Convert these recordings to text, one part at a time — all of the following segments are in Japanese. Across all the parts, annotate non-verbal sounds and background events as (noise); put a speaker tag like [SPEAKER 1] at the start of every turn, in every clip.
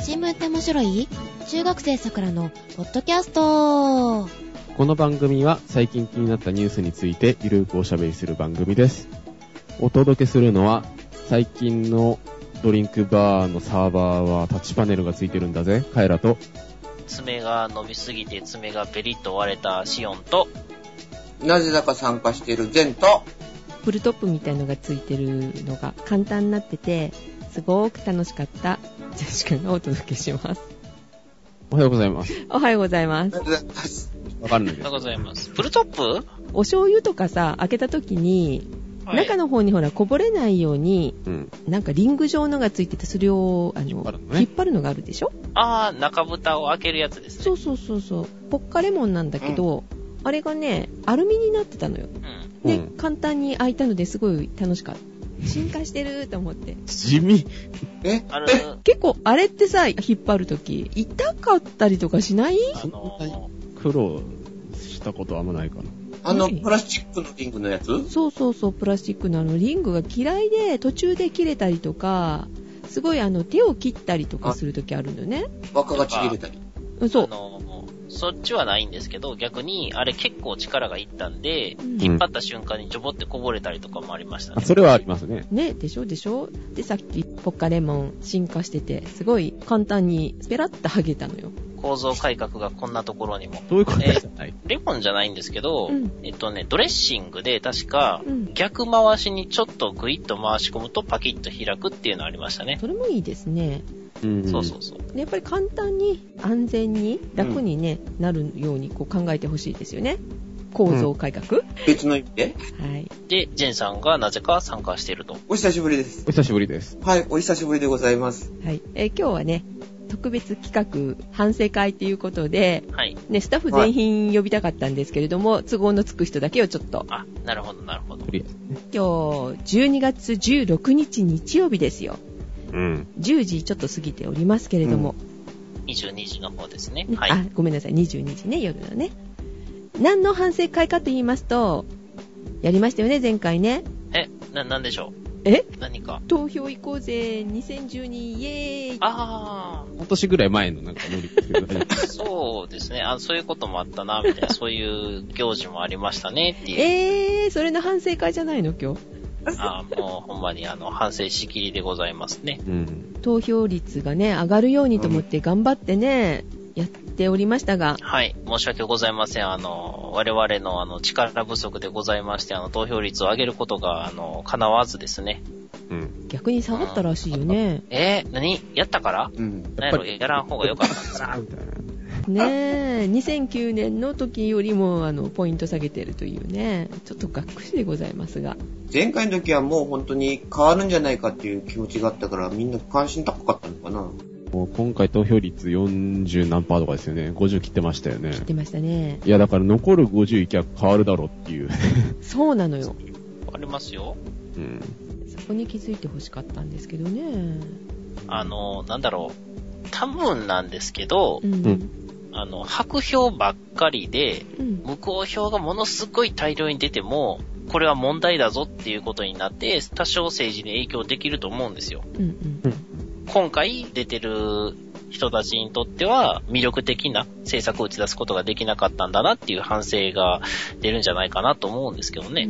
[SPEAKER 1] 新聞って面白い中学生さくらのポッドキャスト
[SPEAKER 2] この番組は最近気になったニュースについてゆるくおしゃべりする番組です。お届けするのは最近のドリンクバーのサーバーはタッチパネルがついてるんだぜ。カエラと。
[SPEAKER 3] 爪が伸びすぎて爪がペリッと割れたシオンと、
[SPEAKER 4] なぜだか参加しているゼンと、
[SPEAKER 5] フルトップみたいのがついてるのが簡単になってて、すごく楽しかったジェシカがお届けします。
[SPEAKER 2] おはようございます。
[SPEAKER 5] おはようございます。
[SPEAKER 4] なぜだかす
[SPEAKER 2] わかんない
[SPEAKER 3] お
[SPEAKER 2] け
[SPEAKER 3] はよう
[SPEAKER 2] ど。
[SPEAKER 3] ございます。プルトップ、
[SPEAKER 5] お醤油とかさ、開けた時に、
[SPEAKER 3] はい
[SPEAKER 5] 中の方にほら、こぼれないように、
[SPEAKER 2] うん。
[SPEAKER 5] なんかリング状のがついてて、それを、あの、
[SPEAKER 2] 引っ張るのね
[SPEAKER 5] 引っ張るのがあるでしょ
[SPEAKER 3] あー、中蓋を開けるやつです
[SPEAKER 5] そ
[SPEAKER 3] ね。
[SPEAKER 5] うそうそうそう。ポッカレモンなんだけど、あれがね、アルミになってたのよ。
[SPEAKER 3] うん。
[SPEAKER 2] う
[SPEAKER 5] で、
[SPEAKER 2] ん。
[SPEAKER 5] 簡単に開いたのですごい楽しかった。進化してると思って。
[SPEAKER 2] 地味。
[SPEAKER 4] え
[SPEAKER 3] あの、
[SPEAKER 5] 結構、あれってさ、引っ張るとき、痛かったりとかしない
[SPEAKER 3] あの、
[SPEAKER 2] 苦労したことあんまないかな。
[SPEAKER 4] あの、
[SPEAKER 5] 何
[SPEAKER 4] プラスチックのリングのやつ
[SPEAKER 5] そうそうそう、プラスチックのあのリングが嫌いで、途中で切れたりとか、すごいあの手を切ったりとかするときあるんだよね。
[SPEAKER 4] 輪っかがちぎれたり。
[SPEAKER 5] うんそ
[SPEAKER 3] あ
[SPEAKER 5] う。
[SPEAKER 3] の、そっちはないんですけど、逆に、あれ結構力がいったんで、
[SPEAKER 5] うん
[SPEAKER 3] 引っ張った瞬間にちょぼってこぼれたりとかもありました
[SPEAKER 2] あ、
[SPEAKER 3] ね。
[SPEAKER 2] それはありますね。
[SPEAKER 5] ね、でしょでしょで、さっきポッカレモン進化してて、すごい簡単にペラッと剥げたのよ。
[SPEAKER 3] 構造改革がこんなところにも。
[SPEAKER 2] どういうことじゃない
[SPEAKER 3] レモンじゃないんですけど、
[SPEAKER 5] うん
[SPEAKER 3] えっとね、ドレッシングで確か
[SPEAKER 5] う、ん。
[SPEAKER 3] 逆回しにちょっとグイッと回し込むとパキッと開くっていうのありましたね。
[SPEAKER 5] それもいいですね。
[SPEAKER 2] うん
[SPEAKER 3] そうそうそう。
[SPEAKER 5] でやっぱり簡単に、安全に、楽に、ねなるようにこう考えてほしいですよね。構造改革、
[SPEAKER 4] 別の意味で。
[SPEAKER 5] はい。
[SPEAKER 3] で、ジェンさんがなぜか参加していると。
[SPEAKER 4] お久しぶりです。
[SPEAKER 2] お久しぶりです。
[SPEAKER 4] はい、お久しぶりでございます。
[SPEAKER 5] はい。えー今日はね、特別企画、反省会ということで、
[SPEAKER 3] はい。
[SPEAKER 5] ね、スタッフ全員呼びたかったんですけれども、都合のつく人だけをちょっと。
[SPEAKER 3] あ、なるほど、なるほど
[SPEAKER 2] と。り
[SPEAKER 5] 今日、12月16日日曜日ですよ。
[SPEAKER 2] あえず。うん。
[SPEAKER 5] 10時ちょっと過ぎておりますけれども、
[SPEAKER 3] 22時の方ですね。
[SPEAKER 5] ね
[SPEAKER 3] はい。
[SPEAKER 5] あ、ごめんなさい、22時ね、夜のね。何の反省会かと言いますと、やりましたよね、前回ね。
[SPEAKER 3] え、な、なんでしょ
[SPEAKER 5] え
[SPEAKER 3] う何か。
[SPEAKER 5] 投票行こうぜ、2012、イエーイ
[SPEAKER 3] あ
[SPEAKER 2] 半年ぐらい前のなんか無理ですけどね
[SPEAKER 3] あ、そうですね。あそういうこともあったな、みた
[SPEAKER 5] (laughs)
[SPEAKER 3] いな、そういう行事もありましたね、っていう。
[SPEAKER 5] えー、それの反省会じゃないの、今日。
[SPEAKER 3] あーもう、ほんまに、あの、反省しきりでございますね。
[SPEAKER 2] うん。
[SPEAKER 5] 投票率がね、上がるようにと思って頑張ってね、やっておりましたが、
[SPEAKER 3] はい。申し訳ございません。あの、我々の、あの、力不足でございまして、あの、投票率を上げることが、あの、叶わずですね。
[SPEAKER 2] うん。
[SPEAKER 5] 逆に下がったらしいよね。
[SPEAKER 3] えー、何やったから
[SPEAKER 4] うん。
[SPEAKER 3] 何やろ、やらん方がよかったんですか
[SPEAKER 2] あーみたいな。
[SPEAKER 5] ねえ、2009年の時よりも、あの、ポイント下げてるというね、ちょっとがっくしでございますが。
[SPEAKER 4] 前回の時はもう本当に変わるんじゃないかっていう気持ちがあったから、みんな関心高かったのかな。
[SPEAKER 2] もう今回投票率40何パーとかですよね。50切ってましたよね。
[SPEAKER 5] 言ってましたね。
[SPEAKER 2] いや、だから残る50いきゃ変わるだろうっていう。
[SPEAKER 5] そうなのよ。
[SPEAKER 3] ありますよ。
[SPEAKER 2] うん。
[SPEAKER 5] そこに気づいてほしかったんですけどね。
[SPEAKER 3] あの、なんだろう。多分なんですけど
[SPEAKER 5] う、ん。
[SPEAKER 3] あの、白票ばっかりで、
[SPEAKER 5] うん。
[SPEAKER 3] 無効票がものすごい大量に出ても、これは問題だぞっていうことになって、多少政治に影響できると思うんですよ。
[SPEAKER 5] うん。うん。
[SPEAKER 3] 今回出てる人たちにとっては、魅力的な政策を打ち出すことができなかったんだなっていう反省が出るんじゃないかなと思うんですけどね。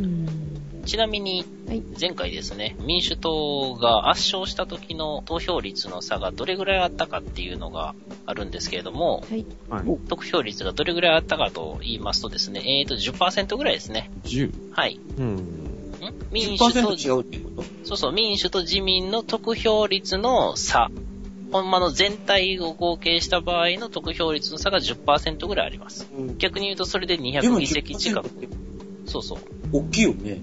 [SPEAKER 3] ちなみに
[SPEAKER 5] はい、
[SPEAKER 3] 前回ですね、民主党が圧勝した時の投票率の差がどれぐらいあったかっていうのがあるんですけれども、
[SPEAKER 5] はい。
[SPEAKER 2] はい。
[SPEAKER 3] 得票率がどれぐらいあったかと言いますとですね、えーと、10%ぐらいですね。
[SPEAKER 2] 10。
[SPEAKER 3] はい。ん
[SPEAKER 2] うん。
[SPEAKER 3] 民主と、
[SPEAKER 4] 10%違うっていうこ
[SPEAKER 3] そうそう、民主と自民の得票率の差。ほんまの全体を合計した場合の得票率の差が10%ぐらいあります。
[SPEAKER 4] とうん。
[SPEAKER 3] 逆に言うとそれで
[SPEAKER 4] で
[SPEAKER 3] 200
[SPEAKER 4] も
[SPEAKER 3] 議席近く。
[SPEAKER 4] 10%って
[SPEAKER 3] そうそう。
[SPEAKER 4] 大きいよね。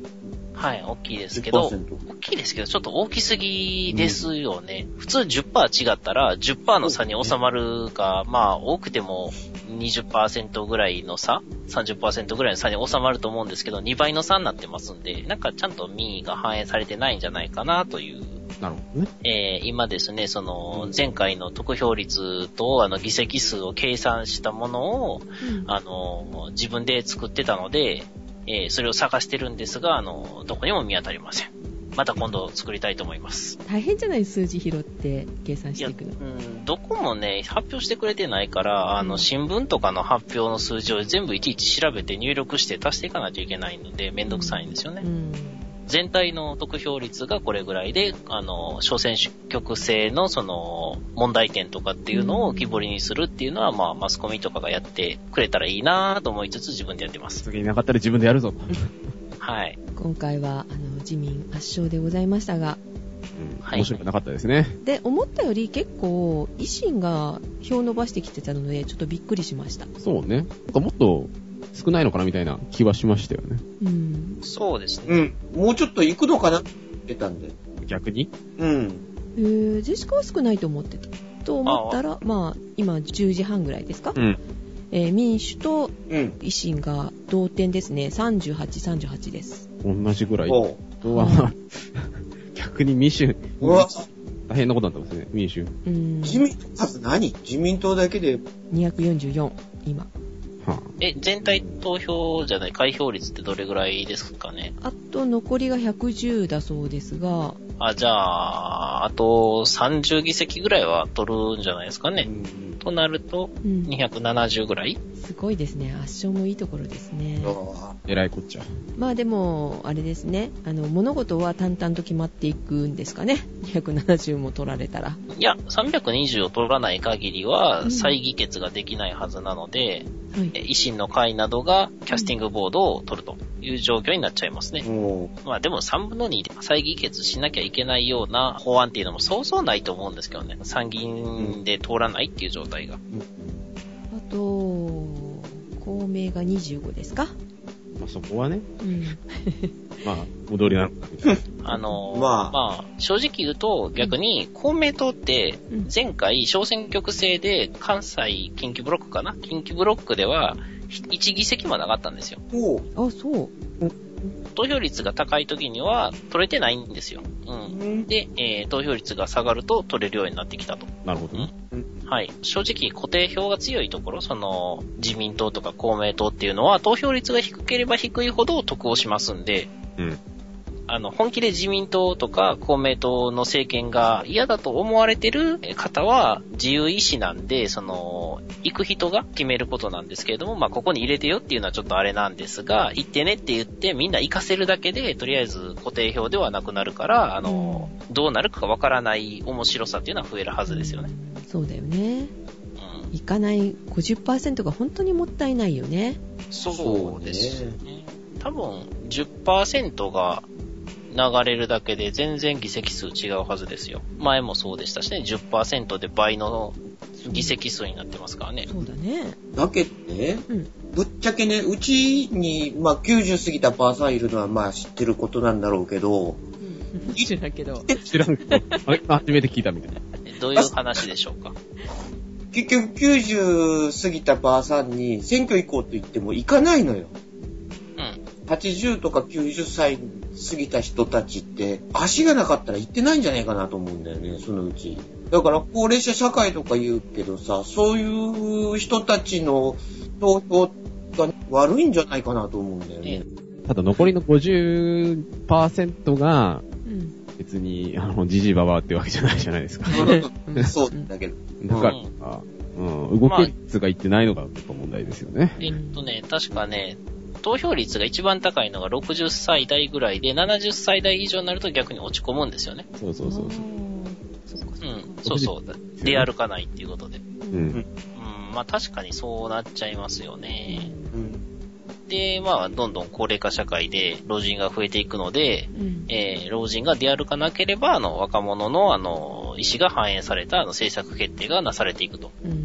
[SPEAKER 3] はい、大きいですけど、
[SPEAKER 4] 10%。
[SPEAKER 3] 大きいですけど、ちょっと大きすぎですよね。普通10%違ったら、10%の差に収まるか、まあ、多くても20%ぐらいの差 ?30% ぐらいの差に収まると思うんですけど、2倍の差になってますんで、なんかちゃんと民意が反映されてないんじゃないかなという。
[SPEAKER 2] なるほどね。
[SPEAKER 3] えー今ですね、その、前回の得票率と、あの、議席数を計算したものを、あの、自分で作ってたので、えーそれを探してるんですが、あの、どこにも見当たりません。また今度作りたいと思います。
[SPEAKER 5] 大変じゃない数字拾って計算していくの
[SPEAKER 3] うん、どこもね、発表してくれてないから、あの、新聞とかの発表の数字を全部いちいち調べて入力して足していかないといけないので、めんどくさいんですよね。
[SPEAKER 5] うん
[SPEAKER 3] 全体の得票率がこれぐらいで、あの、小選挙区制のその、問題点とかっていうのを浮き彫りにするっていうのは、まあ、マスコミとかがやってくれたらいいなぁと思いつつ自分でやってます。
[SPEAKER 2] 次なかったら自分でやるぞ。
[SPEAKER 3] はい。
[SPEAKER 5] 今回はあの自民圧勝でございましたが
[SPEAKER 2] うん
[SPEAKER 3] はい
[SPEAKER 2] 面白くなかったですね。
[SPEAKER 5] で思ったより結構維新が票を伸ばしてきてたのでちょっとびっくりしました、
[SPEAKER 2] そうね。なんかもっと少ないのかなみたいな気はしましたよね。
[SPEAKER 5] うん、
[SPEAKER 3] そうですね。
[SPEAKER 4] うん。もうちょっと行くのかなって言ってたんで。
[SPEAKER 2] 逆に
[SPEAKER 4] うん。
[SPEAKER 5] えー、ジェシカは少ないと思ってたと思ったらまあ今10時半ぐらいですか、
[SPEAKER 2] うん。
[SPEAKER 5] えー民主と
[SPEAKER 4] うん。
[SPEAKER 5] 維新が同点ですね3838です
[SPEAKER 2] 同じぐらい。
[SPEAKER 4] おう。
[SPEAKER 2] うわ (laughs) 逆に民主、
[SPEAKER 4] うわ、
[SPEAKER 2] 大変なことになったんですね、民主。
[SPEAKER 5] うん
[SPEAKER 4] 自民党数何自民党だけで、
[SPEAKER 5] 244今
[SPEAKER 2] は
[SPEAKER 3] え、全体投票じゃない、開票率ってどれぐらいですかね
[SPEAKER 5] あと残りが110だそうですが
[SPEAKER 3] あ、じゃあ、あと30議席ぐらいは取るんじゃないですか
[SPEAKER 4] う
[SPEAKER 3] ね。
[SPEAKER 4] ん。
[SPEAKER 3] となると、
[SPEAKER 5] うん
[SPEAKER 3] 270ぐらい
[SPEAKER 5] すごいですね圧勝もいいところですね
[SPEAKER 4] あ
[SPEAKER 2] あ、偉いこっちゃ。
[SPEAKER 5] まあでもあれですねあの物事は淡々と決まっていくんですかね270も取られたら
[SPEAKER 3] いや、320を取らない限りは
[SPEAKER 5] う、ん
[SPEAKER 3] 再議決ができないはずなので、
[SPEAKER 5] はい、
[SPEAKER 3] 維新の会などがキャスティングボードを取るという状況になっちゃいますね。
[SPEAKER 4] あ。も
[SPEAKER 3] まあでも3分の2で再議決しなきゃいけないような法案っていうのもそうそうないと思うんですけどね。参議院で通らないっていう状態が。
[SPEAKER 5] あと公明が25ですか、
[SPEAKER 2] まあそこはね、
[SPEAKER 5] うん、
[SPEAKER 2] まあ、戻りなのかみたいな。
[SPEAKER 3] あのー、
[SPEAKER 4] まあ
[SPEAKER 3] まあ、正直言うと逆に公明党って
[SPEAKER 5] うん
[SPEAKER 3] 前回小選挙区制で関西近畿ブロックかな近畿ブロックでは1議席もなかったんですよ。
[SPEAKER 4] う、も
[SPEAKER 5] あそう
[SPEAKER 3] 投票率が高い時には取れてないんですよ。うん。
[SPEAKER 4] う、
[SPEAKER 3] で、えー投票率が下がると取れるようになってきたと。
[SPEAKER 2] なるほどね。
[SPEAKER 3] はい。正直、固定票が強いところ、その、自民党とか公明党っていうのは、投票率が低ければ低いほど得をしますんで、
[SPEAKER 2] うん。
[SPEAKER 3] あの、本気で自民党とか公明党の政権が嫌だと思われてる方は、自由意志なんで、その、行く人が決めることなんですけれども、まあ、ここに入れてよっていうのはちょっとあれなんですが、行ってねって言って、みんな行かせるだけで、とりあえず固定票ではなくなるから、あの、どうなるかわからない面白さっていうのは増えるはずですよね。
[SPEAKER 5] そうだよね
[SPEAKER 3] うん。
[SPEAKER 5] 行かない50%が本当にもったいないよね
[SPEAKER 3] そうですね。多分10%が流れるだけで全然議席数違うはずですよ。前もそうでしたしね、10%で倍の議席数になってますからね。
[SPEAKER 5] そうだね
[SPEAKER 4] だけどね、
[SPEAKER 5] うん
[SPEAKER 4] ぶっちゃけね、うちに、まあ、90過ぎたばあさんいるのは、まあ、知ってることなんだろうけど、
[SPEAKER 5] 知らんけど
[SPEAKER 2] 知らんけど、あれ初めて聞いたみたいな。
[SPEAKER 3] どういう話でしょうか。
[SPEAKER 4] 結局90過ぎたばあさんに選挙行こうと言っても行かないのよ。
[SPEAKER 3] うん。
[SPEAKER 4] 80とか90歳過ぎた人たちって、足がなかったら行ってないんじゃないかなと思うんだよね、そのうち。だから、高齢者社会とか言うけどさ、そういう人たちの投票が悪いんじゃないかなと思うんだよね。
[SPEAKER 2] ただ残りの50%が、
[SPEAKER 5] うん
[SPEAKER 2] 別に、あの、じじいばばってわけじゃないじゃないですか。
[SPEAKER 5] うん
[SPEAKER 4] (laughs) そうだけど。
[SPEAKER 2] だから、うん、動く率がいってないのがやっぱ問題ですよね。
[SPEAKER 3] えっとね、確かね、投票率が一番高いのが60歳代ぐらいで、70歳代以上になると逆に落ち込むんですよね。
[SPEAKER 2] そうそうそうそう。
[SPEAKER 5] そうかそううか
[SPEAKER 3] ん、そうそう。出歩かないっていうことで。
[SPEAKER 2] うん。
[SPEAKER 3] うん、まあ確かにそうなっちゃいますよね。
[SPEAKER 4] うん。
[SPEAKER 3] で、まあ、どんどん高齢化社会で老人が増えていくので、
[SPEAKER 5] うん
[SPEAKER 3] えー老人が出歩かなければ、あの、若者の、あの、意思が反映された、あの、政策決定がなされていくと。
[SPEAKER 5] うんうん
[SPEAKER 3] ん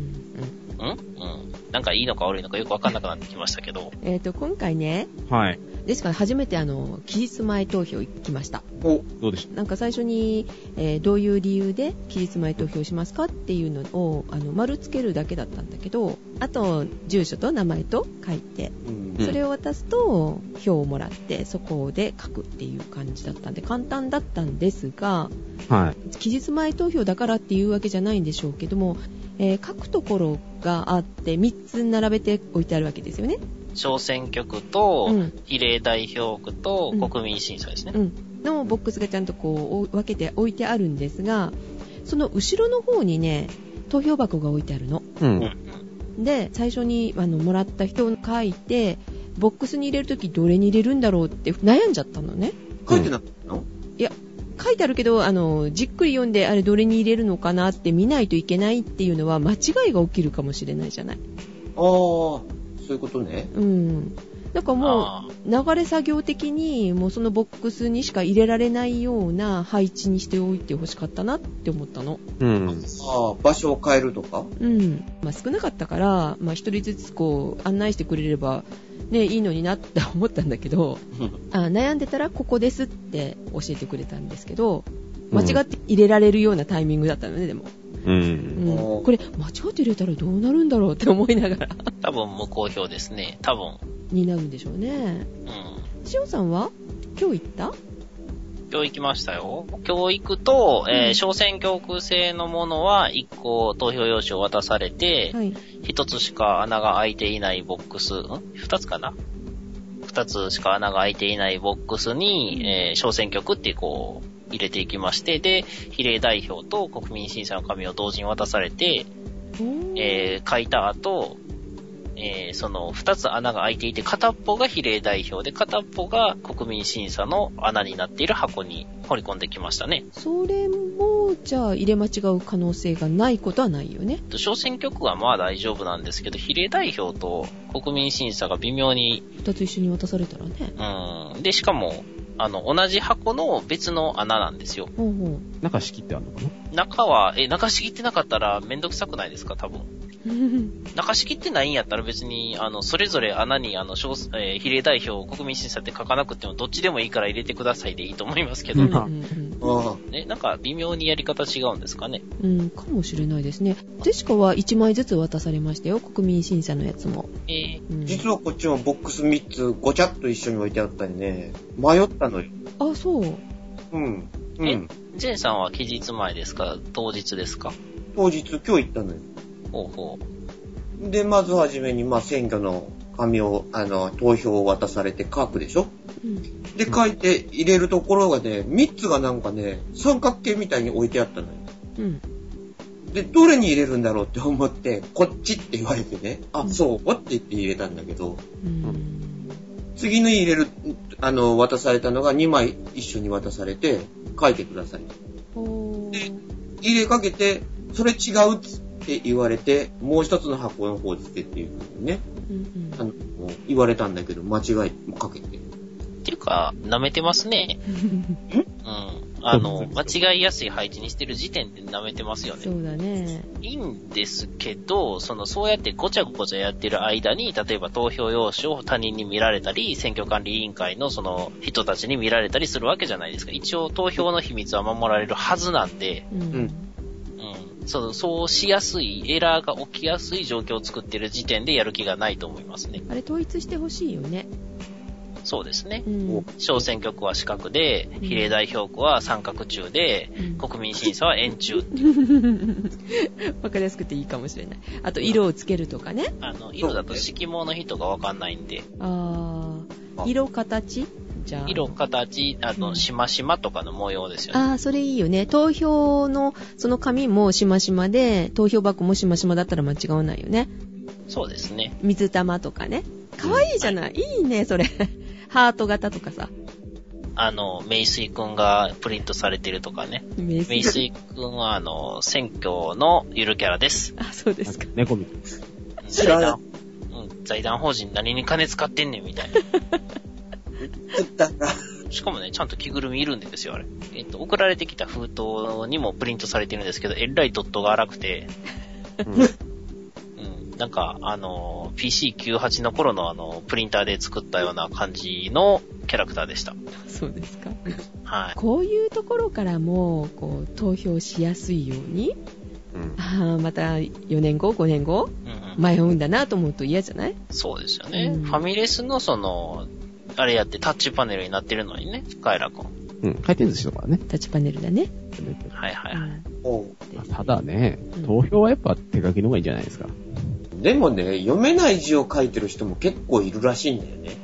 [SPEAKER 3] うん。なんかいいのか悪いのかよくわかんなくなってきましたけど、
[SPEAKER 5] えっ、と今回ね
[SPEAKER 2] はい。
[SPEAKER 5] ですから初めてあの期日前投票行きました
[SPEAKER 4] お、
[SPEAKER 2] どうでした
[SPEAKER 5] なんか最初に、えーどういう理由で期日前投票しますかっていうのをあの丸つけるだけだったんだけどあと住所と名前と書いて
[SPEAKER 4] うん
[SPEAKER 2] うん
[SPEAKER 5] それを渡すと票をもらってそこで書くっていう感じだったんで簡単だったんですが
[SPEAKER 2] はい。
[SPEAKER 5] 期日前投票だからっていうわけじゃないんでしょうけども、えー書くところがあって3つ並べて置いてあるわけですよね。
[SPEAKER 3] 小選挙区と
[SPEAKER 5] う、ん
[SPEAKER 3] 比例代表区と
[SPEAKER 5] うん
[SPEAKER 3] 国民審査ですね。
[SPEAKER 5] うん、のボックスがちゃんとこうお分けて置いてあるんですがその後ろの方にね投票箱が置いてあるの
[SPEAKER 2] う。
[SPEAKER 3] うんうんん。
[SPEAKER 5] で最初にあのもらった人を書いてボックスに入れるときどれに入れるんだろうって悩んじゃったのね
[SPEAKER 4] 書いてなかったの
[SPEAKER 5] 書いてあるけどあのじっくり読んであれどれに入れるのかなって見ないといけないっていうのは間違いが起きるかもしれないじゃない
[SPEAKER 4] ああ、そういうことね。
[SPEAKER 5] うんなんかも
[SPEAKER 3] あ
[SPEAKER 5] う流れ作業的にもうそのボックスにしか入れられないような配置にしておいてほしかったなって思ったの
[SPEAKER 2] うん。
[SPEAKER 4] ああ、場所を変えるとか
[SPEAKER 5] うん、まあ、少なかったから、まあ、一人ずつこう案内してくれれば、ね、いいのになって思ったんだけどあ悩んでたらここですって教えてくれたんですけど間違って入れられるようなタイミングだったのねでも、
[SPEAKER 2] う。
[SPEAKER 5] うんん
[SPEAKER 4] おー
[SPEAKER 5] これ間違って入れたらどうなるんだろうって思いながら
[SPEAKER 3] 多分無好評ですね。多分。
[SPEAKER 5] になるんでしょうね
[SPEAKER 3] うん。
[SPEAKER 5] しおんさんは今日行った
[SPEAKER 3] 今日行きましたよ。今日行くと、
[SPEAKER 5] う
[SPEAKER 3] え
[SPEAKER 5] ん
[SPEAKER 3] ー小選挙区制のものは1個投票用紙を渡されて、
[SPEAKER 5] はい
[SPEAKER 3] 1つしか穴が開いていないボックス、ん ?2 つかな ?2 つしか穴が開いていないボックス
[SPEAKER 5] うん
[SPEAKER 3] に、えー小選挙区ってこう、入れていきまして、で、比例代表と国民審査の紙を同時に渡されて、
[SPEAKER 5] おー
[SPEAKER 3] えー書いた後、えーその2つ穴が開いていて、片っぽが比例代表で、片っぽが国民審査の穴になっている箱に掘り込んできましたね。
[SPEAKER 5] それもじゃあ入れ間違う可能性がないことはないよね
[SPEAKER 3] と小選挙区はまあ大丈夫なんですけど、比例代表と国民審査が微妙に、
[SPEAKER 5] 2つ一緒に渡されたらね
[SPEAKER 3] うん、で、しかも、あの、同じ箱の別の穴なんですよ。
[SPEAKER 5] ほうほう
[SPEAKER 2] 中仕切ってあるのかな
[SPEAKER 3] 中は、え、中仕切ってなかったらめんどくさくないですか、多分。
[SPEAKER 5] (laughs)
[SPEAKER 3] 中仕切ってないんやったら別に、あの、それぞれ穴に、あの、小えー比例代表、国民審査って書かなくても、どっちでもいいから入れてくださいでいいと思いますけど、
[SPEAKER 2] うん
[SPEAKER 5] うんうん
[SPEAKER 4] ああ、
[SPEAKER 3] ね、なんか微妙にやり方違うんですかね。
[SPEAKER 5] うん、うんかもしれないですね。ジェシカは1枚ずつ渡されましたよ、国民審査のやつも。
[SPEAKER 3] えー
[SPEAKER 5] うん、
[SPEAKER 4] 実はこっちもボックス3つごちゃっと一緒に置いてあったりね、迷ったのよ。
[SPEAKER 5] あ、そう。
[SPEAKER 4] うん。う
[SPEAKER 3] え
[SPEAKER 4] ん。
[SPEAKER 3] ジェンさんは期日前ですか当日ですか
[SPEAKER 4] 当日、今日行ったのよ。
[SPEAKER 3] ほうほ
[SPEAKER 4] で、まずはじめに、まあ、選挙の紙を、あの、投票を渡されて書くでしょ
[SPEAKER 5] うん
[SPEAKER 4] で、書いて入れるところがね、3つがなんかね、三角形みたいに置いてあったのよ。
[SPEAKER 5] うん。
[SPEAKER 4] で、どれに入れるんだろうって思って、こっちって言われてね、あ、そう、こっちって入れたんだけど、
[SPEAKER 5] うん。
[SPEAKER 4] 次に入れる、あの、渡されたのが2枚一緒に渡されて、書いてください。
[SPEAKER 5] おー
[SPEAKER 4] 入れかけて、それ違うっつって言われて、もう一つの箱の方つけっていうふうにね、
[SPEAKER 5] うん
[SPEAKER 4] あの、言われたんだけど、間違いかけて。
[SPEAKER 3] う。っていうか、舐めてますね。
[SPEAKER 5] うん、
[SPEAKER 3] うん。あの、間違いやすい配置にしてる時点で舐めてますよね
[SPEAKER 5] そ。うだね。
[SPEAKER 3] いいんですけど、その、そうやってごちゃごちゃやってる間に、例えば投票用紙を他人に見られたり、選挙管理委員会のその人たちに見られたりするわけじゃないですか。一応投票の秘密は守られるはずなんで、
[SPEAKER 5] うん。
[SPEAKER 3] うん。その、そうしやすい、エラーが起きやすい状況を作ってる時点でやる気がないと思いますね。
[SPEAKER 5] あれ統一してほしいよね。
[SPEAKER 3] そうですね
[SPEAKER 5] う。ん。うん
[SPEAKER 3] 小選挙区は四角で、
[SPEAKER 5] ん
[SPEAKER 3] 比例代表区は三角中で、国民審査は円柱っていう。
[SPEAKER 5] わかりやすくていいかもしれない。あと、色をつけるとかね。
[SPEAKER 3] あの、色だと色毛の人がわかんないんで、
[SPEAKER 5] あー
[SPEAKER 4] あ
[SPEAKER 5] 色、形じゃあ。
[SPEAKER 3] 色、形、あ
[SPEAKER 5] うん
[SPEAKER 3] の、しましまとかの模様ですよね。
[SPEAKER 5] ああ、それいいよね。投票の、その紙もしましまで、投票箱もしましまだったら間違わないよね。
[SPEAKER 3] そうですね。
[SPEAKER 5] 水玉とかね。かわいいじゃない、いいね、それ。 (laughs) ハート型とかさ。
[SPEAKER 3] あの、名水くんがプリントされてるとかね。
[SPEAKER 5] 名
[SPEAKER 3] 名水くんは、あの、選挙のゆるキャラです。
[SPEAKER 5] あ、そうですか。
[SPEAKER 2] 猫みたい。
[SPEAKER 4] 知らん
[SPEAKER 3] 財団、うん、財団法人何に金使ってんねんみたいな。
[SPEAKER 4] だから、
[SPEAKER 3] しかもね、ちゃんと着ぐるみいるんですよ、あれ。えっと、送られてきた封筒にもプリントされてるんですけど、えらいドットが荒くて、うん、なんか、あの、PC98 の頃のあの、プリンターで作ったような感じのキャラクターでした。
[SPEAKER 5] そうですか。
[SPEAKER 3] はい。
[SPEAKER 5] こういうところからも、こう、投票しやすいように、
[SPEAKER 2] うん。
[SPEAKER 5] ああ、また4年後、5年後、
[SPEAKER 3] うんうん
[SPEAKER 5] 迷うんだなと思うと嫌じゃない
[SPEAKER 3] そうですよね。
[SPEAKER 5] うん
[SPEAKER 3] ファミレスのその、あれやってタッチパネルになってるのにね、カイラ君。
[SPEAKER 2] うん。回転寿司とかね。
[SPEAKER 5] タッチパネルだね。
[SPEAKER 3] はいはいはい。
[SPEAKER 4] おう
[SPEAKER 5] うん
[SPEAKER 2] ただね
[SPEAKER 5] うん、
[SPEAKER 2] 投票はやっぱ手書きの方がいいんじゃないですか。
[SPEAKER 4] でもね、読めない字を書いてる人も結構いるらしいんだよね。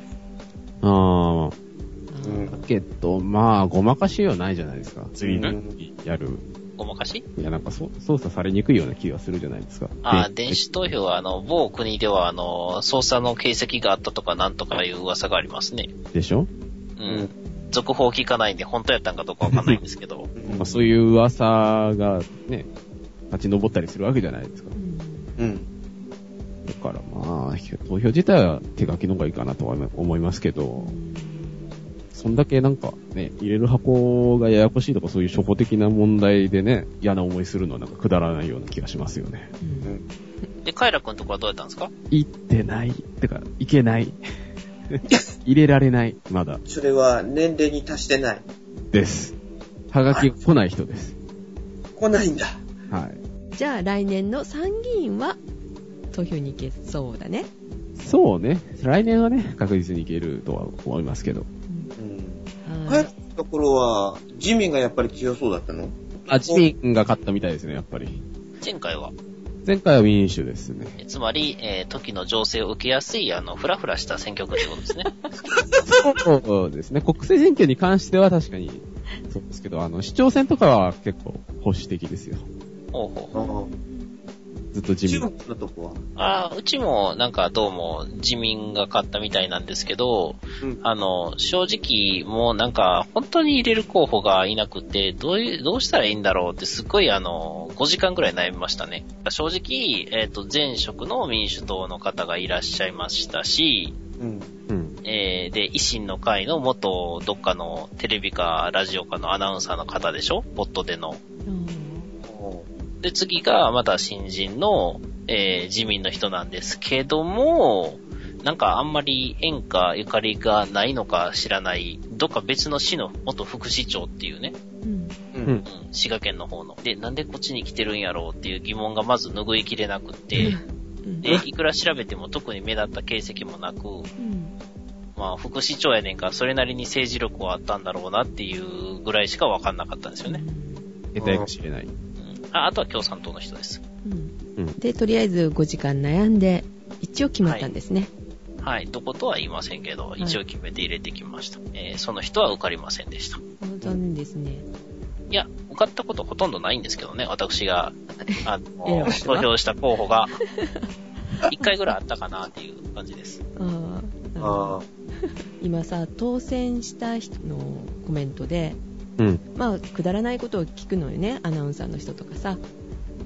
[SPEAKER 2] ああ、
[SPEAKER 5] あ
[SPEAKER 4] うん
[SPEAKER 5] ー
[SPEAKER 2] けど、まあ、ごまかしようないじゃないですか。釣りのやる。
[SPEAKER 3] ごまかし
[SPEAKER 2] いや、なんかそ操作されにくいような気がするじゃないですか。
[SPEAKER 3] ああ、
[SPEAKER 2] で
[SPEAKER 3] 電子投票は、あの、某国では、あの、操作の形跡があったとか、なんとかいう噂がありますね。
[SPEAKER 2] でしょ、
[SPEAKER 3] う。
[SPEAKER 4] うん
[SPEAKER 3] 続報聞かないんで、本当やったんかどうかわかんないんですけど。
[SPEAKER 2] まあ、そういう噂がね、立ち上ったりするわけじゃないですか。
[SPEAKER 4] うん。
[SPEAKER 2] だからまあ、投票自体は手書きの方がいいかなとは思いますけど、そんだけなんかね、入れる箱がややこしいとかそういう初歩的な問題でね、嫌な思いするのはなんかくだらないような気がしますよね。
[SPEAKER 4] うん。
[SPEAKER 3] で、カイラ君とこはどうやったんですか
[SPEAKER 2] 行ってない。てか、行けない。 (laughs) 入れられない。まだ。
[SPEAKER 4] それは年齢に達してない。
[SPEAKER 2] です。はがき来ない人です。
[SPEAKER 4] 来ないんだ。
[SPEAKER 2] はい。
[SPEAKER 5] じゃあ来年の参議院は投票に行けそうだね。
[SPEAKER 2] そうね。来年はね、確実に行けるとは思いますけど。
[SPEAKER 4] うん。帰
[SPEAKER 5] は
[SPEAKER 4] っ
[SPEAKER 5] い。
[SPEAKER 4] たところは、自民がやっぱり強そうだったの
[SPEAKER 2] あ、自民が勝ったみたいですね、やっぱり。
[SPEAKER 3] 前回は。
[SPEAKER 2] 前回は民主ですね。
[SPEAKER 3] えつまり、えー時の情勢を受けやすい、あの、フラフラした選挙区ということ
[SPEAKER 4] (laughs)
[SPEAKER 3] ですね。
[SPEAKER 2] そうですね。国政選挙に関しては確かに、そうですけど、あの、市長選とかは結構保守的ですよ。
[SPEAKER 3] ほうほう
[SPEAKER 4] ああ
[SPEAKER 2] ずっと自
[SPEAKER 4] 中
[SPEAKER 2] 民。
[SPEAKER 4] 国のとこは。
[SPEAKER 3] ああ、うちもなんかどうも自民が勝ったみたいなんですけど、
[SPEAKER 4] うん
[SPEAKER 3] あの、正直もうなんか本当に入れる候補がいなくて、どういう、どうしたらいいんだろうってすっごいあの、5時間ぐらい悩みましたね。正直、えっ、と、前職の民主党の方がいらっしゃいましたし、
[SPEAKER 4] うん。
[SPEAKER 2] うん。
[SPEAKER 3] えー、で、維新の会の元どっかのテレビかラジオかのアナウンサーの方でしょポットでの。で、次がまた新人の、えー自民の人なんですけども、なんかあんまり縁かゆかりがないのか知らない、どっか別の市の元副市長っていうね、
[SPEAKER 5] うん
[SPEAKER 4] うん。
[SPEAKER 3] うん、滋賀県の方の。で、なんでこっちに来てるんやろうっていう疑問がまず拭いきれなくて、
[SPEAKER 5] うん
[SPEAKER 3] で、いくら調べても特に目立った形跡もなく、
[SPEAKER 5] うん
[SPEAKER 3] まあ副市長やねんからそれなりに政治力はあったんだろうなっていうぐらいしかわかんなかったんですよね。
[SPEAKER 2] 得体が知れない。
[SPEAKER 3] うん、ああとは共産党の人です。
[SPEAKER 5] うん
[SPEAKER 2] うん
[SPEAKER 5] で、とりあえず5時間悩んで、一応決まったんですね。
[SPEAKER 3] はい、どことは言いませんけど、
[SPEAKER 5] い
[SPEAKER 3] 一応決めて入れてきました。えーその人は受かりませんでした。い
[SPEAKER 5] 残念ですね。
[SPEAKER 3] や、受かったことほとんどないんですけどね、私が、あの、
[SPEAKER 5] 選ば
[SPEAKER 3] 投
[SPEAKER 5] れた
[SPEAKER 3] 票した候補が、一回ぐらいあったかなっていう感じです。
[SPEAKER 5] あー
[SPEAKER 4] ああ。
[SPEAKER 5] 今さ、当選した人のコメントで、
[SPEAKER 2] うん。
[SPEAKER 5] まあ、くだらないことを聞くのよね、アナウンサーの人とかさ、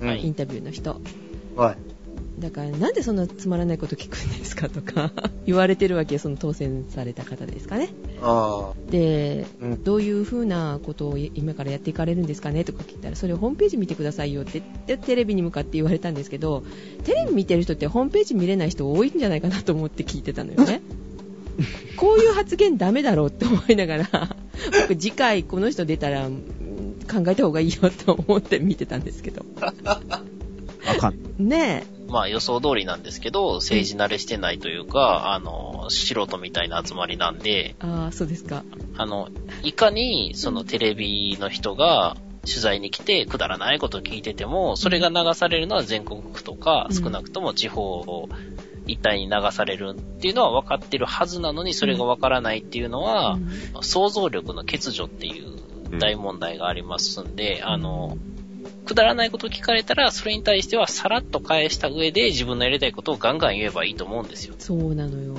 [SPEAKER 4] うん
[SPEAKER 3] は
[SPEAKER 5] イ
[SPEAKER 3] い
[SPEAKER 5] ンタビューの人。
[SPEAKER 4] はい。
[SPEAKER 5] だから、なんでそんなつまらないこと聞くんですかとか (laughs) 言われてるわけよ、その当選された方ですかね。
[SPEAKER 4] ああ。
[SPEAKER 5] で、
[SPEAKER 4] うん
[SPEAKER 5] どういうふうなことを今からやっていかれるんですかねとか聞いたら、それをホームページ見てくださいよって言って、テレビに向かって言われたんですけど、テレビ見てる人ってホームページ見れない人多いんじゃないかなと思って聞いてたのよね。こういう発言ダメだろうって思いながら、 (laughs) 僕次回この人出たら、うん考えた方がいいよと思って見てたんですけど。
[SPEAKER 2] あかん。
[SPEAKER 5] ね
[SPEAKER 3] まあ予想通りなんですけど、政治慣れしてないというか、あの、素人みたいな集まりなんで
[SPEAKER 5] え、、ああ、そうですか。
[SPEAKER 3] あの、いかにそのテレビの人が取材に来てくだらないことを聞いてても、それが流されるのは全国区とか、
[SPEAKER 5] うん
[SPEAKER 3] 少なくとも地方一帯に流されるっていうのは分かってるはずなのに、それが分からないっていうのは、想像力の欠如っていう大問題がありますんで、あの、くだらないことを聞かれたら、それに対してはさらっと返した上で自分のやりたいことをガンガン言えばいいと思うんですよ。
[SPEAKER 5] そうなのよ。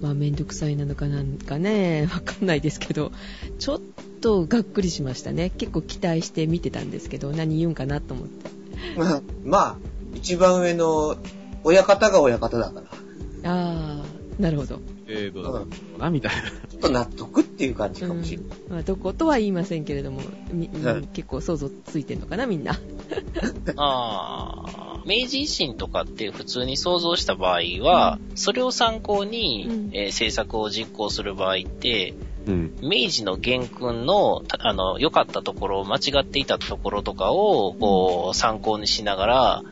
[SPEAKER 5] まあ、めんどくさいなのかなんかね、 (laughs) わかんないですけど、ちょっとがっくりしましたね。結構期待して見てたんですけど、何言うんかなと思って。
[SPEAKER 4] まあ (laughs) まあ、一番上の親方が親方だから、
[SPEAKER 5] あー、なるほど。
[SPEAKER 2] えー、どうだろうな、みたいな。
[SPEAKER 4] ちょっと納得っていう感じかもしれない。
[SPEAKER 5] まあ、どことは言いませんけれども、み
[SPEAKER 4] はい
[SPEAKER 5] 結構想像ついてんのかな、みんな。
[SPEAKER 3] ああ、明治維新とかって普通に想像した場合は、それを参考に、
[SPEAKER 5] うん
[SPEAKER 3] えー政策を実行する場合って、
[SPEAKER 2] うん。
[SPEAKER 3] 明治の元君の、たあの、良かったところ、間違っていたところとかを、こう、参考にしながら、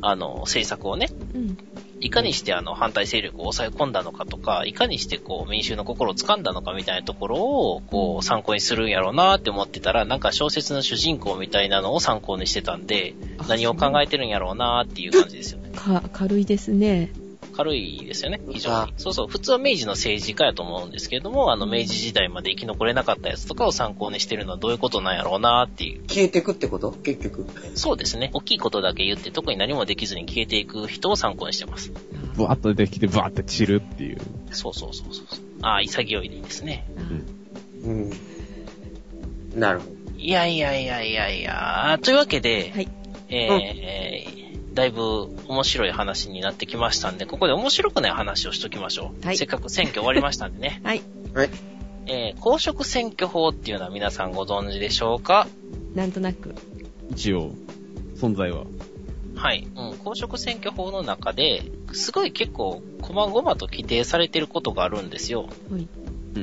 [SPEAKER 3] あの、政策をね、
[SPEAKER 5] うん。
[SPEAKER 3] いかにしてあの、反対勢力を抑え込んだのかとか、いかにしてこう、民衆の心を掴んだのかみたいなところを、こう、参考にするんやろうなって思ってたら、なんか小説の主人公みたいなのを参考にしてたんで
[SPEAKER 5] あ、
[SPEAKER 3] 何を考えてるんやろうなっていう感じですよね。
[SPEAKER 5] か、軽いですね。
[SPEAKER 3] 軽いですよね、非常に。そうそう、普通は明治の政治家やと思うんですけれども、あの、明治時代まで生き残れなかったやつとかを参考にしてるのはどういうことなんやろうなっていう。
[SPEAKER 4] 消えてくってこと結局。
[SPEAKER 3] そうですね。大きいことだけ言って特に何もできずに消えていく人を参考にしてます。
[SPEAKER 2] ブワッと出てきて、ブワッと散るっていう。
[SPEAKER 3] そうそうそうそう。ああ、潔いでいいですね。
[SPEAKER 5] あー
[SPEAKER 4] うん。なるほど。
[SPEAKER 3] いやいやいやいやいや、というわけで、
[SPEAKER 5] はい。
[SPEAKER 3] えーだいぶ面白い話になってきましたんで、ここで面白くない話をしときましょう。
[SPEAKER 5] はい。
[SPEAKER 3] せっかく選挙終わりましたんでね
[SPEAKER 5] (laughs) はい。
[SPEAKER 4] はい。
[SPEAKER 3] えー公職選挙法っていうのは皆さんご存知でしょうか
[SPEAKER 5] なんとなく。
[SPEAKER 2] 一応、存在は。
[SPEAKER 3] はい。うん。公職選挙法の中で、すごい結構、細々と規定されてることがあるんですよ。
[SPEAKER 5] はい。
[SPEAKER 2] うん。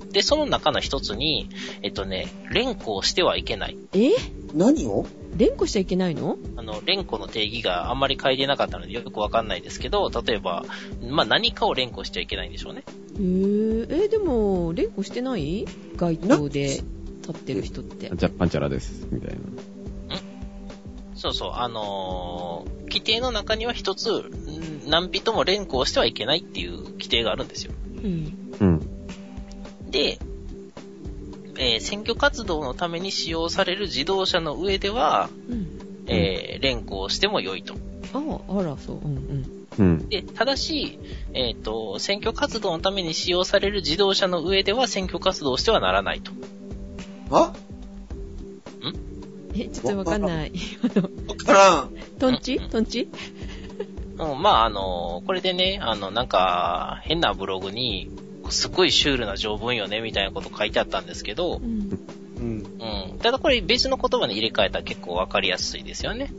[SPEAKER 3] うん。で、その中の一つに、えっとね、連呼をしてはいけない。
[SPEAKER 5] え
[SPEAKER 4] 何を
[SPEAKER 5] 連呼しちゃいけないの
[SPEAKER 3] あの、連呼の定義があんまり書いてなかったのでよくわかんないですけど、例えば、まあ、何かを連呼しちゃいけないんでしょうね。
[SPEAKER 5] えー、えーでも、連呼してない街頭で立ってる人って。
[SPEAKER 2] じゃ、パンチャラです。みたいな。
[SPEAKER 3] そうそう、あのー規定の中には一つ、ん何人も連呼をしてはいけないっていう規定があるんですよ。
[SPEAKER 5] うん。
[SPEAKER 2] うん。
[SPEAKER 3] で、えー選挙活動のために使用される自動車の上では、
[SPEAKER 5] うん。
[SPEAKER 3] えー連行しても良いと。
[SPEAKER 5] ああ、あら、そう。うんうん。
[SPEAKER 2] うん。
[SPEAKER 3] で、ただし、えっ、と、選挙活動のために使用される自動車の上では選挙活動をしてはならないと。
[SPEAKER 4] あ
[SPEAKER 5] え、ちょっとわかんない。
[SPEAKER 4] わからん。
[SPEAKER 5] トンチトンチ
[SPEAKER 3] うん、まあ、あの、これでね、あの、なんか、変なブログに、すごいシュールな条文よね、みたいなこと書いてあったんですけど
[SPEAKER 5] う、ん。
[SPEAKER 4] (laughs) うん。
[SPEAKER 3] うん。ただこれ別の言葉に入れ替えたら結構わかりやすいですよね。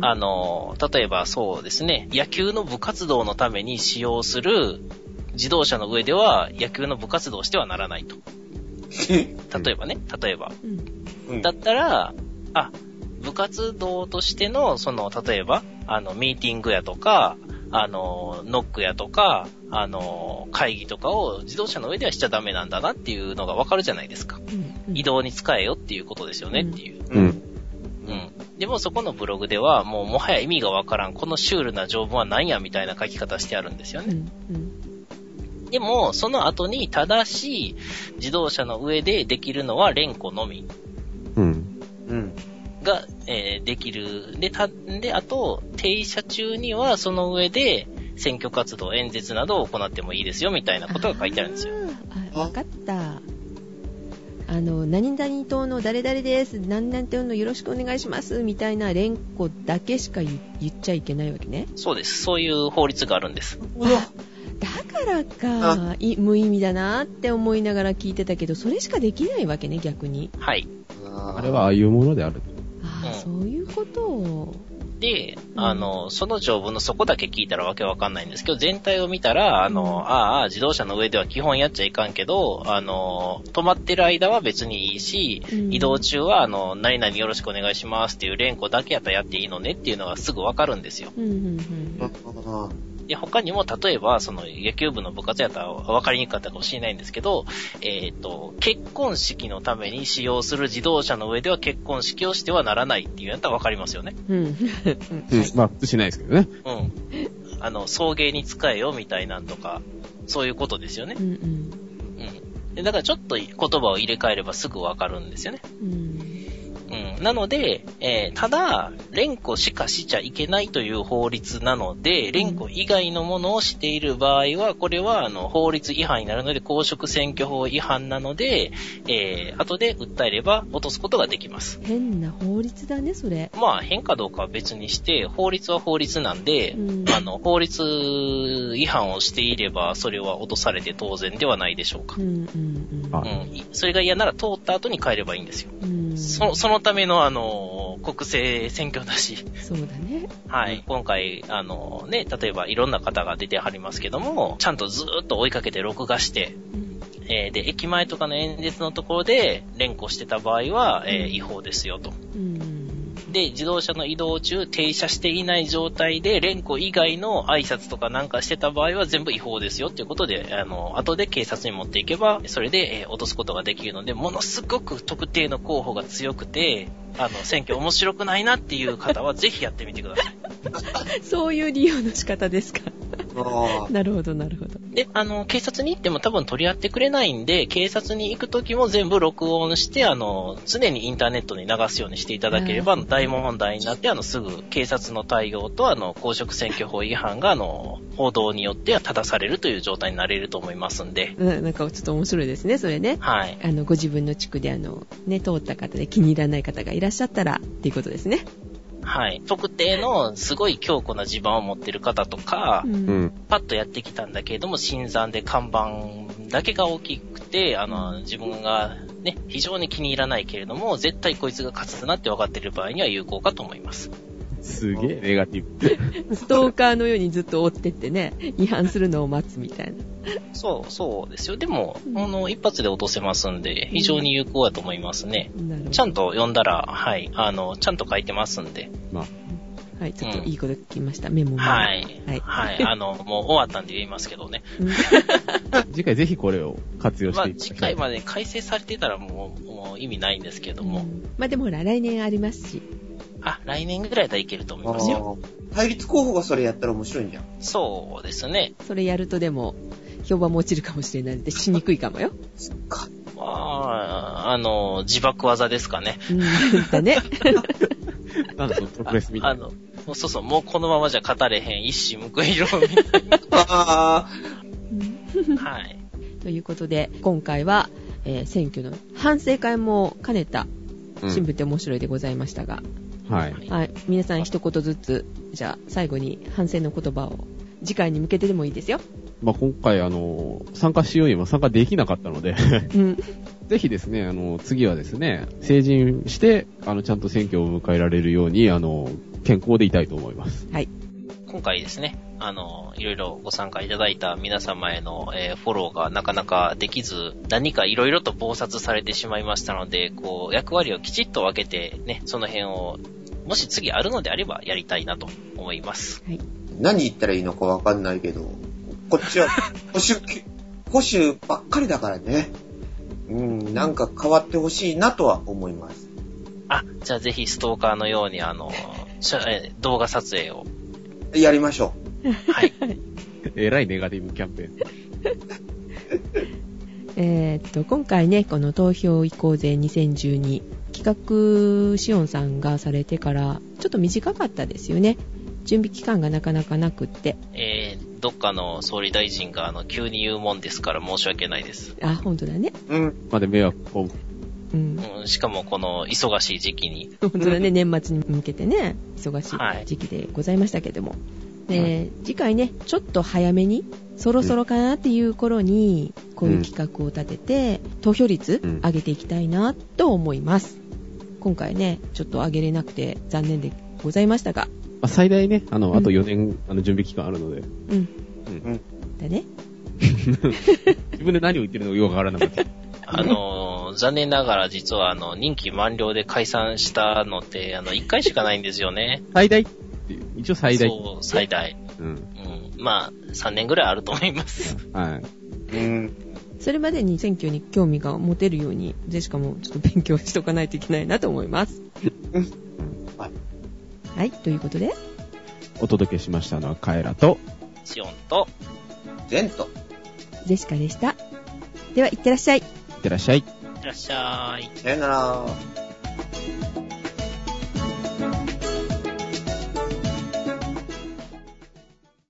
[SPEAKER 3] あの、例えばそうですね、野球の部活動のために使用する自動車の上では野球の部活動をしてはならないと。例えばね、例えば。
[SPEAKER 5] うん。
[SPEAKER 4] うん
[SPEAKER 3] だったら、あ、部活動としての、その、例えば、あの、ミーティングやとか、あの、ノックやとか、あの、会議とかを自動車の上ではしちゃダメなんだなっていうのがわかるじゃないですか。
[SPEAKER 5] うん。
[SPEAKER 3] 移動に使えよっていうことですよねっていう。
[SPEAKER 2] う
[SPEAKER 4] うんん。
[SPEAKER 3] うん。でもそこのブログでは、もうもはや意味がわからん、このシュールな条文は何やみたいな書き方してあるんですよ
[SPEAKER 5] う
[SPEAKER 3] ね。
[SPEAKER 5] ん。うん。
[SPEAKER 3] でも、その後に正しい自動車の上でできるのは連呼のみ。
[SPEAKER 2] うん。
[SPEAKER 4] うん。
[SPEAKER 3] が、えーできる。で、た、で、あと、停車中にはその上で選挙活動、演説などを行ってもいいですよ、みたいなことが書いてあるんですよ。
[SPEAKER 5] あー。あわかった。あの、何々党の誰々です。何々党のよろしくお願いします。みたいな連呼だけしか言言っちゃいけないわけね。
[SPEAKER 3] そうです。そういう法律があるんです。
[SPEAKER 4] うわ
[SPEAKER 5] だからか、い無意味だなって思いながら聞いてたけど、それしかできないわけね、逆に。
[SPEAKER 3] はい。
[SPEAKER 2] あれはああいうものである。
[SPEAKER 5] ああ、
[SPEAKER 3] うん
[SPEAKER 5] そういうことを。
[SPEAKER 3] で、
[SPEAKER 5] うん
[SPEAKER 3] あの、その条文のそこだけ聞いたらわけわかんないんですけど、全体を見たら、あの、ああ、自動車の上では基本やっちゃいかんけど、あの、止まってる間は別にいいし、
[SPEAKER 5] うん
[SPEAKER 3] 移動中は、あの、何々よろしくお願いしますっていう連呼だけやったらやっていいのねっていうのがすぐわかるんですよ。
[SPEAKER 5] うんうんうん。
[SPEAKER 4] あ
[SPEAKER 3] で、他にも、例えば、その、野球部の部活やったら分かりにくかったかもしれないんですけど、えっ、と、結婚式のために使用する自動車の上では結婚式をしてはならないっていうやったら分かりますよね。
[SPEAKER 5] うん。うん
[SPEAKER 2] うんまあ、普通しないですけどね。
[SPEAKER 3] うん。あの、送迎に使えよみたいなんとか、そういうことですよね
[SPEAKER 5] う。ん
[SPEAKER 3] うん。でだからちょっと言葉を入れ替えればすぐ分かるんですよね。
[SPEAKER 5] うん。
[SPEAKER 3] うん。なので、えーただ、連呼しかしちゃいけないという法律なので、連呼以外のものをしている場合は、これは、あの、法律違反になるので、公職選挙法違反なので、えー後で訴えれば落とすことができます。
[SPEAKER 5] 変な法律だね、それ。
[SPEAKER 3] まあ、変かどうかは別にして、法律は法律なんで、
[SPEAKER 5] うん
[SPEAKER 3] あの、法律違反をしていれば、それは落とされて当然ではないでしょうか
[SPEAKER 5] う。んうんうん。
[SPEAKER 2] あ
[SPEAKER 3] うん。いそれが嫌なら通った後に帰ればいいんですよ。
[SPEAKER 5] うん、
[SPEAKER 3] その、そのための、あの、国政選挙だし、
[SPEAKER 5] そうだね。
[SPEAKER 3] はい。今回、あのね、例えばいろんな方が出てはりますけども、ちゃんとずーっと追いかけて録画して、
[SPEAKER 5] うん
[SPEAKER 3] えーで、駅前とかの演説のところで連呼してた場合は、えー違法ですよと。
[SPEAKER 5] うん。
[SPEAKER 3] で、自動車の移動中、停車していない状態で連呼以外の挨拶とかなんかしてた場合は全部違法ですよっていうことで、あの、後で警察に持っていけば、それで、えー落とすことができるので、ものすごく特定の候補が強くて、あの、選挙面白くないなっていう方はぜひやってみてください。
[SPEAKER 5] そういう利用の仕方ですか。
[SPEAKER 4] あ
[SPEAKER 5] なるほど、なるほど。
[SPEAKER 3] で、あの、警察に行っても多分取り合ってくれないんで、警察に行く時も全部録音して、あの、常にインターネットに流すようにしていただければ、あの大問題になって、あの、すぐ警察の対応と、あの、公職選挙法違反が、あの、報道によっては正されるという状態になれると思いますんで、
[SPEAKER 5] ななんかちょっと面白いですね、それね。
[SPEAKER 3] はい。
[SPEAKER 5] あの、ご自分の地区で、あの、ね、通った方で気に入らない方がいらっしゃったら、っていうことですね。
[SPEAKER 3] はい。特定のすごい強固な地盤を持ってる方とか、
[SPEAKER 2] う
[SPEAKER 5] うん。
[SPEAKER 2] ん。
[SPEAKER 3] パッとやってきたんだけれども、新山で看板だけが大きくて、あの、自分がね、非常に気に入らないけれども、絶対こいつが勝つなって分かってる場合には有効かと思います。
[SPEAKER 2] すげえネガティブ。
[SPEAKER 5] ストーカーのようにずっと追ってってね、違反するのを待つみたいな。
[SPEAKER 3] そう、そうですよ。でも、あの、一発で落とせますんで、非常に有効だと思いますね。
[SPEAKER 5] なるほど。
[SPEAKER 3] ちゃんと読んだら、はい、あの、ちゃんと書いてますんで、
[SPEAKER 2] まあ、
[SPEAKER 5] はい、ちょっといいこと聞きました、メモも。
[SPEAKER 3] はい。
[SPEAKER 5] は
[SPEAKER 3] はいい。 (laughs) あの、もう終わったんで言いますけどね。
[SPEAKER 5] うん
[SPEAKER 2] 次回ぜひこれを活用し
[SPEAKER 3] まあ、
[SPEAKER 2] てい
[SPEAKER 3] 次
[SPEAKER 2] だきたい
[SPEAKER 3] 回まで改正されてたらもう、もう意味ないんですけ (laughs) ども。
[SPEAKER 5] まあでもほら、来年ありますし。
[SPEAKER 3] あ、来年ぐらいだらいけると思い
[SPEAKER 4] あ
[SPEAKER 3] ますよ。
[SPEAKER 4] ー。対立候補がそれやったら面白いんじゃん。
[SPEAKER 3] そうですね。
[SPEAKER 5] それやるとでも、評判も落ちるかもしれないので、しにくいかもよ。
[SPEAKER 3] まあ、あの、自爆技ですかね。
[SPEAKER 5] うん、だね。
[SPEAKER 2] なんかその特別みた
[SPEAKER 3] あ
[SPEAKER 2] いな。
[SPEAKER 3] の、そうそう、もうこのままじゃ語れへん、一矢報いろ、みたい
[SPEAKER 4] あ
[SPEAKER 2] (laughs)
[SPEAKER 3] な。はい。
[SPEAKER 5] (laughs) ということで、今回は、えー選挙の反省会も兼ねた、
[SPEAKER 2] うん
[SPEAKER 5] 新聞って面白いでございましたが、
[SPEAKER 2] はい。
[SPEAKER 5] はい、皆さん一言ずつ、じゃあ最後に反省の言葉を、次回に向けてでもいいですよ。
[SPEAKER 2] まあ、今回、あの、参加しようにも参加できなかったので、 (laughs)
[SPEAKER 5] うん。
[SPEAKER 2] ぜひですね、あの、次はですね、成人して、あの、ちゃんと選挙を迎えられるように、あの、健康でいたいと思います。
[SPEAKER 3] 今回ですね、あの、いろいろご参加いただいた皆様への、えーフォローがなかなかできず、何かいろいろと暴殺されてしまいましたので、こう、役割をきちっと分けて、ね、その辺を、もし次あるのであればやりたいなと思います。
[SPEAKER 4] ー何言ったらいいのかわかんないけど、こっち (laughs) は保守系、保守ばっかりだからね。うん、なんか変わってほしいなとは思います。
[SPEAKER 3] あ、じゃあぜひストーカーのように、あの、しゃえー動画撮影を。
[SPEAKER 4] やりましょ
[SPEAKER 3] はい。
[SPEAKER 2] えらいネガティブキャンペーン。
[SPEAKER 5] えーっと、今回ね、この投票移行税2012企画しおんさんがされてから、ちょっと短かったですよね。準備期間がなかなかなくって。
[SPEAKER 3] えー、どっかの総理大臣が、あの、急に言うもんですから申し訳ないです。
[SPEAKER 5] あ、ほんとだね。
[SPEAKER 4] う。うん。
[SPEAKER 2] まで迷惑を。
[SPEAKER 5] うん。
[SPEAKER 3] うん、しかもこの忙しい時期に。
[SPEAKER 5] 本当だね、年末に向けてね、忙し
[SPEAKER 3] はいい
[SPEAKER 5] 時期でございましたけども。で、次回ね、ちょっと早めに、そろそろかなっていう頃に、こういう企画を立てて、投票率
[SPEAKER 2] うん
[SPEAKER 5] 上げていきたいなと思います。今回ね、ちょっと上げれなくて残念でございましたが、
[SPEAKER 2] まあ、最大ね、あの、あと
[SPEAKER 5] うん
[SPEAKER 2] 4年、あの、準備期間あるので、
[SPEAKER 5] うん。
[SPEAKER 4] うん
[SPEAKER 5] だね。
[SPEAKER 2] 自分で何を言ってるのかよくわからなかった。
[SPEAKER 3] あのー、 (laughs) 残念ながら実はあの、任期満了で解散したのって、あの、1回しかないんですよね。
[SPEAKER 2] 最大っていう、一応最大。
[SPEAKER 3] そう、最大。
[SPEAKER 2] うん。
[SPEAKER 3] うん。まあ、3年ぐらいあると思います。
[SPEAKER 2] はい。
[SPEAKER 4] うん。
[SPEAKER 5] それまでに選挙に興味が持てるように、ジェシカもちょっと勉強しとかないといけないなと思います。
[SPEAKER 4] はい
[SPEAKER 5] はい、ということで、
[SPEAKER 2] お届けしましたのはカエラと、
[SPEAKER 3] シオンと、
[SPEAKER 4] 前途。
[SPEAKER 5] ジェシカでした。では、いってらっしゃい。
[SPEAKER 2] いってらっしゃい。
[SPEAKER 3] いらっしゃい。
[SPEAKER 4] さよなら。